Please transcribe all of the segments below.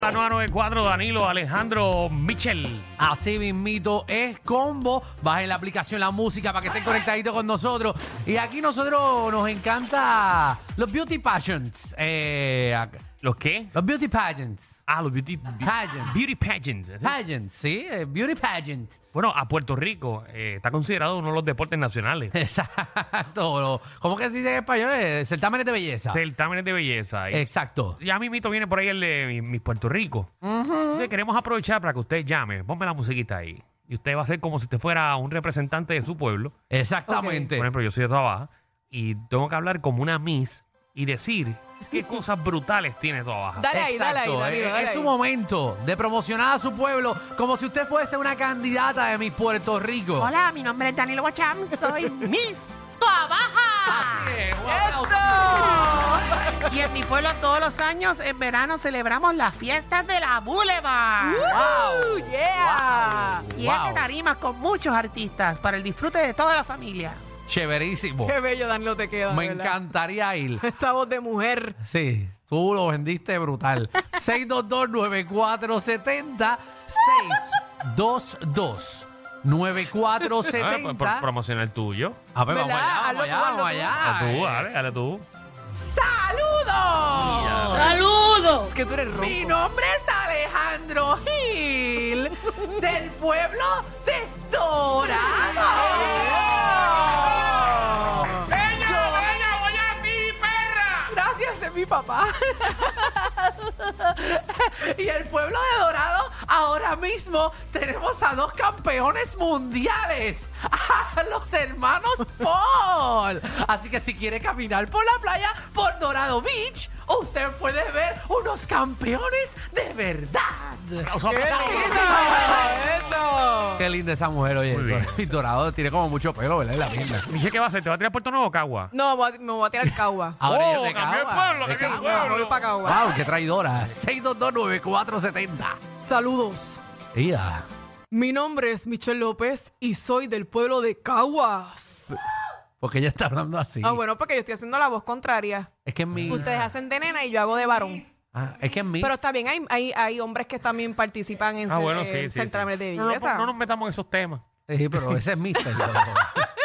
La 994, Danilo, Alejandro, Michel. Así mismito es combo. Bajen la aplicación, la música para que estén conectaditos con nosotros. Y aquí nosotros nos encanta los beauty pageants. Eh, ac- ¿Los qué? los beauty pageants. Ah, los beauty, be- Pageant. beauty pageants. ¿sí? Pageants, sí, eh, beauty pageant. Bueno, a Puerto Rico eh, está considerado uno de los deportes nacionales. Exacto. lo- ¿Cómo que se dice en español? Eh, certámenes de belleza. Certámenes de belleza. Y Exacto. Ya mismito viene por ahí el de mi- mis Puerto Rico. Entonces, queremos aprovechar para que usted llame. Ponme la musiquita ahí. Y usted va a ser como si usted fuera un representante de su pueblo. Exactamente. Por ejemplo, yo soy de Toa Baja y tengo que hablar como una Miss y decir qué cosas brutales tiene Toa Baja. Dale ahí, dale ahí, Exacto, Danilo, eh, dale es ahí. su momento de promocionar a su pueblo como si usted fuese una candidata de mi Puerto Rico. Hola, mi nombre es Danilo Guacham, soy Miss Toa Baja. Así es, un aplauso. ¡Eso! Y en mi pueblo todos los años en verano celebramos las fiestas de la Boulevard. ¡Wow! ¡Yeah! este Y Wow. es de tarimas con muchos artistas para el disfrute de toda la familia. Chéverísimo. Qué bello, Danilo, te queda. Me de verdad. encantaría ir. Esa voz de mujer. Sí, tú lo vendiste brutal. 622-9470. Eh, pues, 622-9470. Ah, por- por promocionar el tuyo. A ver, vamos ¿Verdad? allá, Hazlo vamos tú, allá, hazlo vamos tú. A allá. tú, dale, dale tú. ¡Saludos! ¡Saludos! Es que tú eres rojo. Mi nombre es Alejandro Gil, del pueblo de Dorado. Gracias, es mi papá. y el pueblo de Dorado, ahora mismo tenemos a dos campeones mundiales, a los hermanos Paul. Así que si quiere caminar por la playa, por Dorado Beach, usted puede ver unos campeones de verdad. Aplausos, aplausos. ¡Eso! Qué linda esa mujer, oye. Muy bien. Y Dorado tiene como mucho pelo, ¿verdad? En la pierna. Dije, ¿qué va a hacer? ¿Te va a tirar Puerto Nuevo o Cagua? No, voy a- me voy a tirar cagua. Ahora Oh, ella es de cambió el Cagua. pueblo, De cambió el Cagua. pueblo. Me voy para cagua. Wow, qué traidora. 6229470. Ah. Saludos. Ella. Mi nombre es Michelle López y soy del pueblo de Caguas. Porque ella está hablando así. Ah, bueno, porque yo estoy haciendo la voz contraria. Es que es mi. Ustedes hacen de nena y yo hago de varón. Ah, es que es mi. Pero está bien, hay, hay, hay hombres que también participan en Ah, cer- bueno, eh, sí, sí, sí. certámenes de No, no, belleza. no, nos metamos en esos temas. Sí, pero ese es Mister.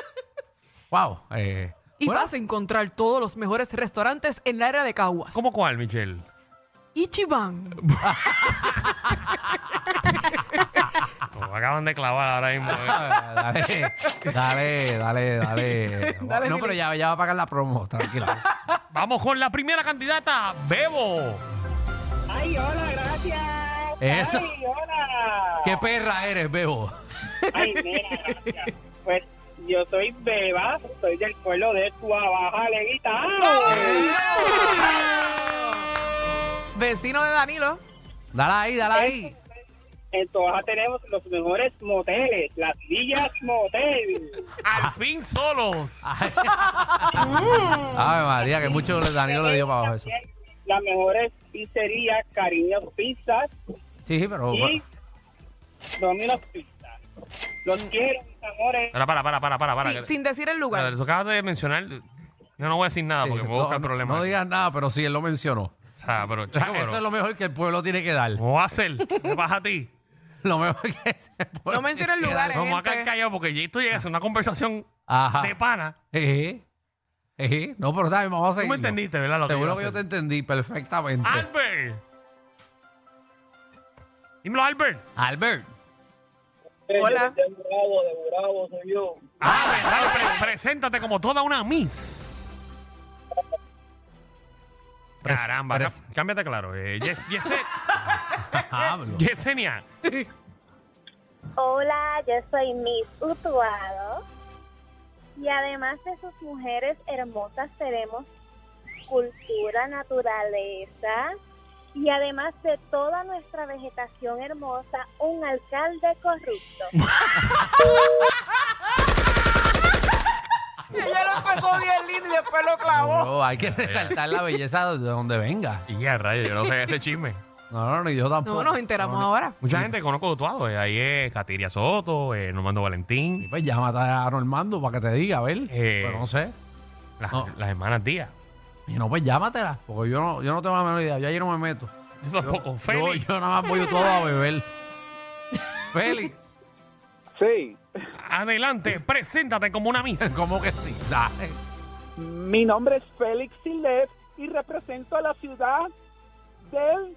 wow. eh, Y bueno, vas a encontrar todos los mejores restaurantes en la área de Caguas. ¿Cómo cuál, Michelle? Ichiban. Ah, Nos acaban de clavar ahora mismo. eh. Dale, dale, dale, dale. Dale, no, dile. pero ya, ya va a pagar la promo, tranquila. Vamos con la primera candidata, Bebo. Ay, hola, gracias. Eso. Ay, hola. ¿Qué perra eres, Bebo? Ay, mira, gracias. Pues yo soy Beba, soy del pueblo de Tuabaja, Leguitao. Vecino de Danilo. Dale ahí, dale ahí. En Tuabaja tenemos los mejores moteles, las villas motel. Ah. Al fin solos. Ay, María, que mucho Danilo le dio para abajo eso. También Las mejores pizzerías, cariños pizzas Sí, sí, pero. y dominos pizzas. Los quiero, mis amores. Para, para, para, para, para. para. Sí, que- sin decir el para, lugar. lo acabas de mencionar. Yo no voy a decir nada Ah, porque me voy a buscar no, problemas. No digas nada, pero sí, él lo mencionó. Ah, O sea, pero, chico, pero, Eso es lo mejor que el pueblo tiene que dar. ¿Cómo va a ser? ¿Qué pasa a ti? Lo mejor que se puede. No menciones lugares, Vamos a quedar gente. callados porque esto llega a ser una conversación Ajá. de pana. Ejé. Ejé. No, pero también vamos a Tú seguir. me entendiste, ¿verdad? Lo que Seguro iba a que yo te hacer? entendí perfectamente. Ah. ¡Albert! Dímelo, Albert. Albert. Hola. De Bravo, de Bravo soy yo. Ah, verdad, pre- preséntate como toda una Miss. Pres- Caramba, pres- cá- cámbiate claro. eh, Yes- Yese- Hablo. Yesenia, Hola, yo soy Miss Utuado. Y además de sus mujeres hermosas, tenemos cultura, naturaleza. Y además de toda nuestra vegetación hermosa, un alcalde corrupto. Ella lo empezó bien lindo y después lo clavó. Bro, hay que resaltar la belleza de donde venga. y ya, rayos, yo no sé ese chisme. No, no, no, yo tampoco. No, nos enteramos ahora. Mucha gente conozco de Tuado, eh, ahí es Katiria Soto, eh, Normando Y Valentín, pues llámate a Normando para que te diga, a ver. Eh. Pero no sé. las, No. las hermanas Díaz. Y no, pues llámatela. Porque yo no, yo no tengo la menor idea. Yo allí no me meto. Yo tampoco, Yo- Félix. Yo, nada más voy todo a beber. Félix, Sí, Adelante, preséntate como una Miss. ¿cómo que sí? Dale. mi nombre es Félix Silev y represento a la ciudad del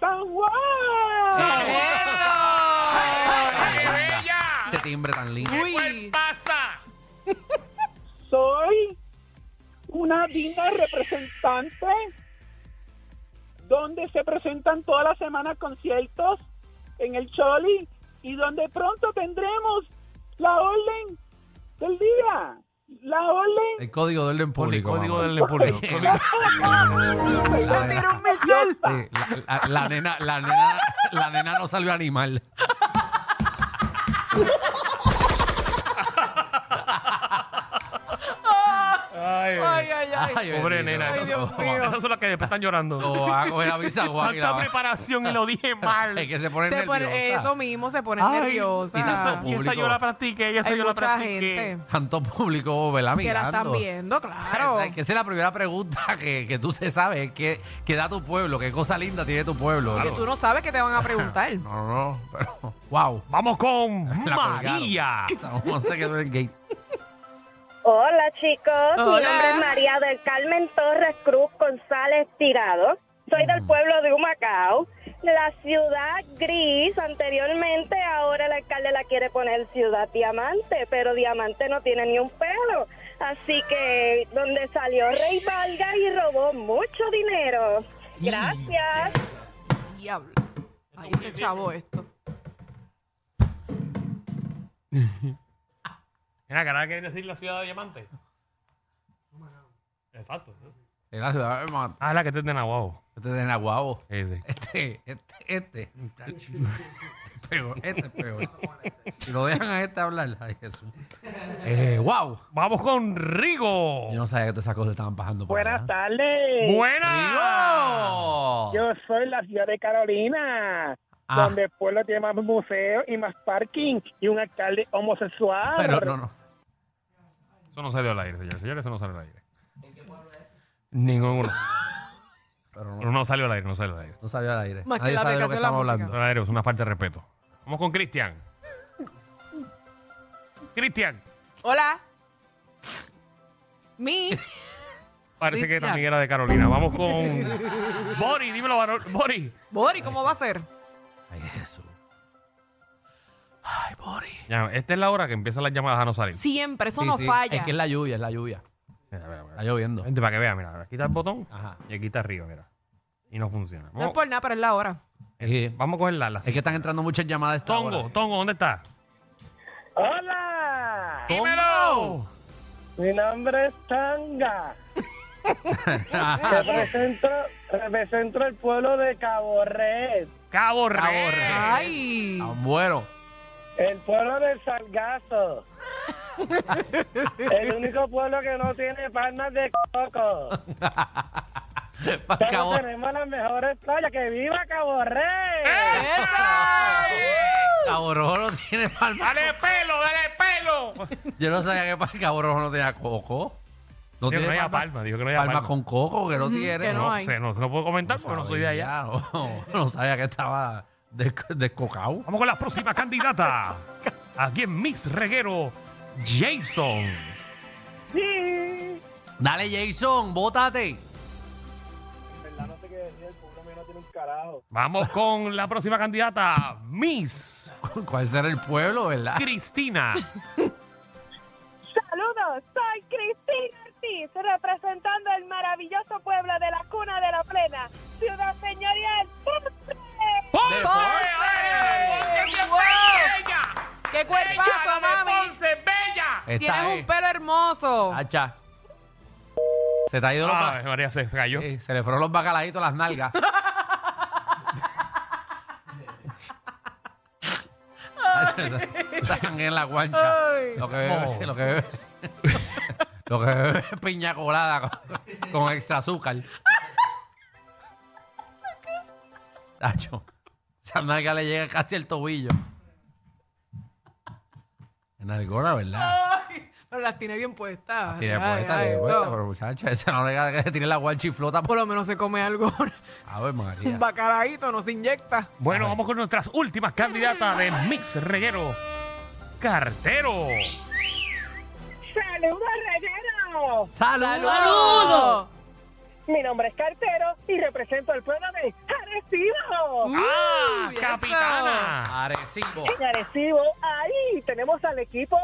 San Juan. ¡Ay, qué Anda. bella! Ese timbre tan lindo. Uy. ¿Qué pasa? Soy una digna representante donde se presentan toda la semana conciertos en el Choli y donde pronto tendremos la orden del día. La orden El código del orden Público, código público. mamá. del público. código. Le tiró un Michel. Sí, la, la- la nena, la nena, la nena no salió animal. Ay, Ay, ay, ay. Ay, Pobre bendito. nena. Ay, esas- Dios mío. Esas son las que después están Lo llorando. va a coger a Visa Juan y la Tanta va- preparación y lo dije mal. Es que se pone Se pone- eh, nerviosa. eso mismo, se pone Ay, y nerviosa. esa- Y esa yo la practiqué, y esa Hay yo la mucha practiqué. gente Tanto público, ¿verdad? que la están Mirando. viendo, claro. Es que esa es la primera pregunta que, que tú te sabes. ¿Qué, ¿Qué da tu pueblo? ¿Qué cosa linda tiene tu pueblo? Que tú no sabes qué te van a preguntar. No, no, no. Pero, wow. Vamos con La colgaron. María. San Juan se quedó en el gate. Hola chicos, mi Hola. nombre es María del Carmen Torres Cruz González Tirado. Soy del pueblo de Humacao, la ciudad gris anteriormente, ahora el alcalde la quiere poner ciudad diamante, pero diamante no tiene ni un pelo. Así que donde salió Rey Vargas y robó mucho dinero. Gracias. Diablo. Ahí se chavó esto. Mira, cara, ¿quieres decir la ciudad de diamante? Exacto. En la ciudad de Mata. Ah, la que te den abajo. Este es de Nahuabo. Sí, sí. Este, este, este. muchacho. Este es peor, este es peor. Si lo dejan a este hablar, ay Jesús. Eh, wow. Vamos con Rigo. Yo no sabía que todas esas cosas estaban bajando por Buenas allá. tardes. ¡Buena! ¡Oh! Yo soy la ciudad de Carolina, Ah. donde el pueblo tiene más museos y más parking y un alcalde homosexual. Pero no, no. Eso no salió al aire, señores. Señores, eso no salió al aire. ¿En qué pueblo es? Ninguno. Pero Pero no, no salió al aire, no salió al aire. no salió al aire. Más que Nadie la sabe de lo que aplicación de la estamos música. hablando. No, aire, es una falta de respeto. Vamos con Cristian. Cristian. Hola. Miss. Parece que Cristian. también era de Carolina. Vamos con Bori, dímelo, varón. Bori. Bori, ¿cómo va a ser? Ay, Jesús. Ay, Bori. Ya, esta es la hora que empiezan las llamadas a no salir. Siempre, eso Sí, no sí. falla. Es que es la lluvia, es la lluvia. Mira, mira, mira. Está lloviendo. Gente, para que vea, mira, quita el botón Ajá. y aquí está arriba, mira. Y no funciona. No es Vamos, por nada, pero es la hora. eh, vamos a coger la, la- Es que están entrando muchas llamadas. a esta Tongo, hora. Tongo, ¿dónde está? ¡Hola! ¡Dímelo! Mi nombre es Tanga. represento, represento el pueblo de Cabo Red, Cabo Rey. Cabo Rey. Ay. Tan bueno. el pueblo del Sargazo. el único pueblo que no tiene palmas de coco. Pa' Pero Cabo- tenemos las mejores playas. ¡Que viva Cabo Red! Cabo Rojo no tiene palma. ¡Dale pelo, dale pelo! Yo no sabía que para Cabo Rojo no tenía coco. No Dijo que tiene no haya palma. palma, dijo que no haya Palma palma. con coco, que no tiene. que no No hay. sé, no, no puedo comentar porque no soy de allá. sabía, No, no sabía que estaba desc- descocado. Vamos con la próxima candidata. Aquí en Mix Reguero, Jason. Sí. Dale, Jason, bótate. En verdad no sé qué decir, el pueblo mío no tiene un carajo. Vamos con la próxima candidata, Miss ¿Cuál será el pueblo, verdad? Cristina. Saludos, soy Cristina Ortiz, representando el maravilloso pueblo de la cuna de la plena, Ciudad Señorial. Ponce. ¡Ponce! ¡De Ponce! ¡Ella, ¡Wow! ella! ¡Qué ¡Ella, la cuerpazo, de mami! Ponce, bella! Esta Tienes es. un pelo hermoso. Hacha. Se te ha ido los Ah, ba- María se cayó. Sí, Eh, Se le fueron los bacaladitos a las nalgas. Están en la guancha. Lo que bebe, Oh. lo que bebe, lo que bebe es piña colada con, con extra azúcar. Tacho, esa nalga le llega casi al tobillo. En Algora, ¿verdad? Ay, Pero las tiene bien puestas. Tiene Ay, puesta, ay, tiene eso. puesta, pero muchacha, esa no le que tiene la guancha y flota. Por lo menos se come algo. A ver, María. Un bacalaíto, no se inyecta. Bueno, vamos con nuestras últimas candidatas de Mix Reguero. Cartero. Saludos, Reyero. ¡Saludos! ¡Saludos! Mi nombre es Cartero y represento el pueblo de Arecibo. ¡Ah! Uy, ¡Capitana! Arecibo. En Arecibo, ahí tenemos al equipo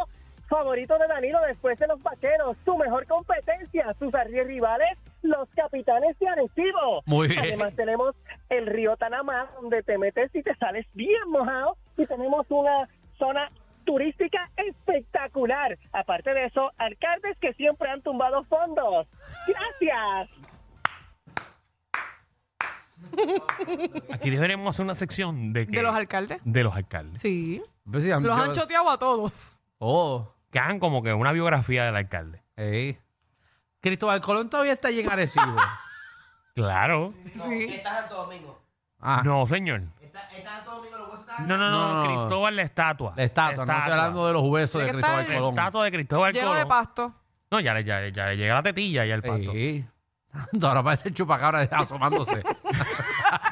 favorito de Danilo después de los vaqueros, su mejor competencia, sus arries rivales, los capitanes de Arecibo. Muy bien. Además tenemos el río Tanamá, donde te metes y te sales bien mojado, y tenemos una zona turística espectacular. Aparte de eso, alcaldes que siempre han tumbado fondos. Gracias. Aquí deberemos hacer una sección de, que- ¿De los alcaldes? de los alcaldes. Sí. Pues sí, a mí Los yo- han choteado a todos. Oh, Que hagan como que una biografía del alcalde. ey. Cristóbal Colón todavía está allí en Arecibo. Claro. Sí. Ah, No, señor. No, no, no, No, no. Cristóbal la estatua. La estatua, no estoy hablando de los huesos de Tiene que Cristóbal estar en- La Colón. estatua de Cristóbal Lleno de Colón. pasto. No, ya, le- ya, le- ya le llega la tetilla y el pasto. Ey. Tanto, Ahora parece el chupacabra asomándose. De